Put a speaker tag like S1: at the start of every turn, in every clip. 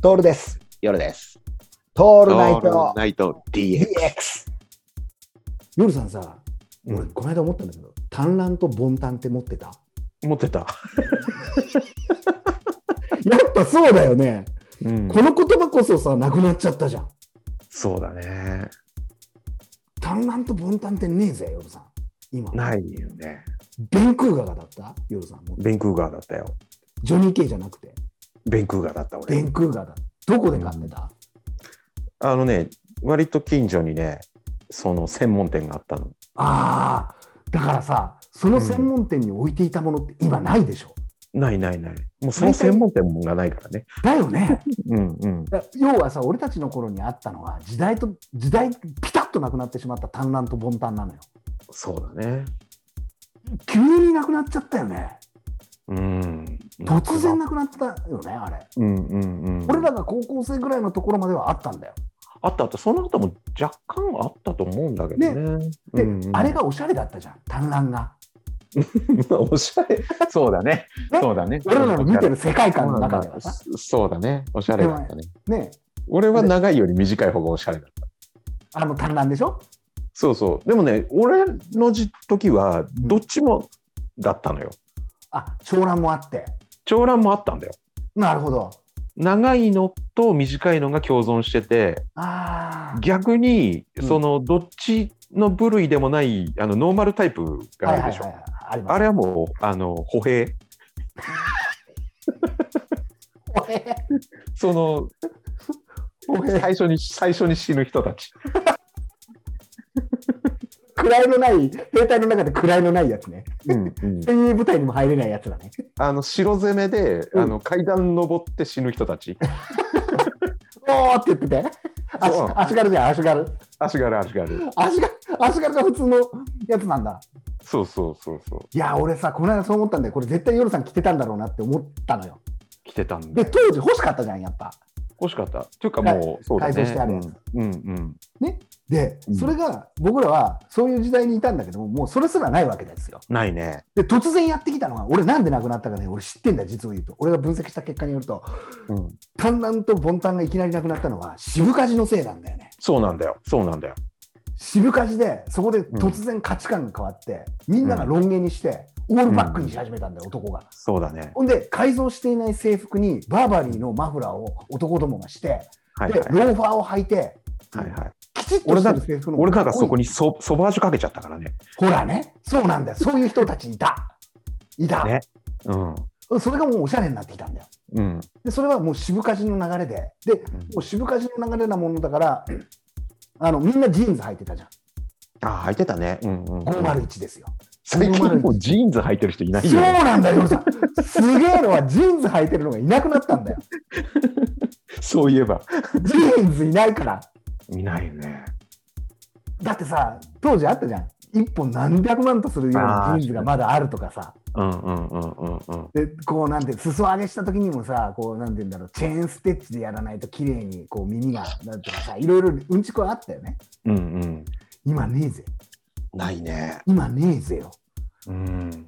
S1: トールです。
S2: 夜です。
S1: ト
S2: オ
S1: ールナイト
S2: ナイト
S1: DX。
S2: DX。
S1: 夜さんさ、
S3: う
S1: 俺、
S3: ん
S1: この間思ったんだけど、単卵とボンタンって持ってた
S3: 持って た。
S1: やっぱそうだよね。
S3: うん
S1: この言葉こそさ、なくなっちゃったじゃん。
S3: そうだね。
S1: 単卵とボンタンってねえぜ、夜さん。今。
S3: ないよね。
S1: ベンクーガーだった夜さんも。
S3: ベンクーガーだったよ。
S1: ジョニー・ケイじゃなくて、
S3: ベンクーガーだった
S1: ベ
S3: 俺。
S1: ンクーガーだった。どこで買ってた、
S3: あのね、割と近所にね、その専門店があったの。
S1: ああ、だからさ、その専門店に置いていたものって今ないでしょ。
S3: ないないない。もうその専門店がないからね。
S1: だよね。
S3: うんうん。
S1: だ要はさ、俺たちの頃にあったのは、時代と、時代、ピタッとなくなってしまった単卵とボンタンなのよ。
S3: そうだね。
S1: 急になくなっちゃったよね。
S3: うん。
S1: 突然。なくなったよね、あれ。
S3: うんうんうん。
S1: 俺らが高校生ぐらいのところまではあったんだよ。
S3: あったあった。その後も若干あったと思うんだけどね。
S1: で、
S3: うんうん
S1: あ れ。がおしゃれだったじゃん、単卵が。
S3: おしゃれ。そうだね。
S1: ね
S3: そうだね。
S1: 俺らの見てる世界観
S3: そう
S1: の
S3: なん
S1: 中
S3: だ
S1: ではさ。
S3: そうだね。おしゃれだったね。
S1: ねえ
S3: 俺は長いより短い方がおしゃれだった。
S1: あの単卵でしょ
S3: そうそう。でもね、俺のじ時はどっちもだったのよ。
S1: あ、長卵もあって。
S3: 長蘭もあったんだよ。
S1: なるほど。
S3: 長いのと短いのが共存してて、
S1: ああ。
S3: 逆に
S1: うん
S3: そのどっちの部類でもないあのノーマルタイプがあるでしょ。
S1: はいはいはい、あります
S3: あれはもうあの歩兵。 その
S1: 歩兵
S3: 最初に最初に死ぬ人たち。
S1: 位のない、兵隊の中で位のないやつね。
S3: うんうん
S1: そういう部隊にも入れないやつだね。
S3: あの城攻めで、
S1: うん
S3: あの階段登って死ぬ人たち。
S1: おーって言ってて。足
S3: そう
S1: 足軽じゃん、足軽。
S3: 足軽足軽。
S1: 足軽、足軽が普通のやつなんだ。
S3: そうそうそうそう。
S1: いや、俺さ、この間そう思ったんで、これ絶対夜さん着てたんだろうなって思ったのよ。
S3: 来てたんで
S1: で、。当時欲しかったじゃん、やっぱ。
S3: 欲しかった。というかもう、そうだ
S1: 改造してある
S3: ね
S1: やつ。
S3: うんうん。
S1: で
S3: う、ん
S1: それが、僕らはそういう時代にいたんだけども、もうそれすらないわけですよ。
S3: ないね。
S1: で、突然やってきたのは、俺なんでなくなったかね、俺知ってんだ、実を言うと。俺が分析した結果によると、
S3: うん。
S1: 単卵とボンタンがいきなりなくなったのは、渋かじのせいなんだよね。
S3: そうなんだよ。そうなんだよ。
S1: 渋かじで、そこで突然価値観が変わって、みんながロン毛にして、オールバックにし始めたんだよ、男が。
S3: そうだね。
S1: ほんで、改造していない制服にバーバリーのマフラーを男どもがして、
S3: はいはい
S1: で、。ローファーを履いて、
S3: はいはい、
S1: きちっとしてる制服の方
S3: 俺なんかそこ
S1: に。
S3: にソソバージュかけちゃったからね。
S1: ほらね、そうなんだよ。そういう人たちいた。いた。
S3: ねうん。
S1: それがもうおしゃれになってきたんだよ。
S3: うん。
S1: で、それはもう渋かじの流れで、で、もう渋かじの流れなものだから、あの、みんなジーンズ履いてたじゃん。
S3: あ、履いてたね。うんうん、
S1: 501ですよ。
S3: 最近もうジーンズ履いてる人いない
S1: そう
S3: よ、ね。
S1: なんだよ、ヨルさん。すげえのはジーンズ履いてるのがいなくなったんだよ。
S3: そういえば。
S1: ジーンズいないから。
S3: いないよね。
S1: だってさ、当時あったじゃん。1本何百万とするような
S3: あー
S1: ジーンズがまだあるとかさ、
S3: うんうんうんうんうん。
S1: でこうなんて、裾上げした時にもさ、こうなんて言うんだろう、チェーンステッチでやらないと綺麗にこう耳がなんとかさ、いろいろうんちくはあったよね。
S3: うんうん。
S1: 今ねえぜ。
S3: ないね。
S1: 今ねえぜよ。
S3: うん。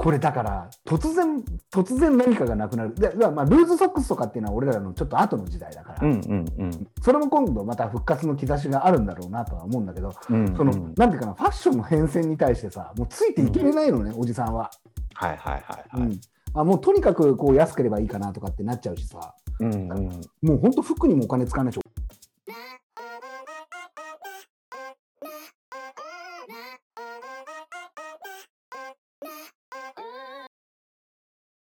S1: これだから、突然、突然何かがなくなる。でまあまあ、ルーズソックスとかっていうのは俺らのちょっと後の時代だから、
S3: うんうんうん。
S1: それも今度また復活の兆しがあるんだろうなとは思うんだけど、
S3: うん
S1: その、なんていうかな、ファッションの変遷に対してさ、もうついていけれないのね、おじさんは。
S3: はいはいはいは
S1: う
S3: い。
S1: ん、あもうとにかくこう安ければいいかなとかってなっちゃうしさ
S3: うんうん
S1: もうほんと服にもお金使わないし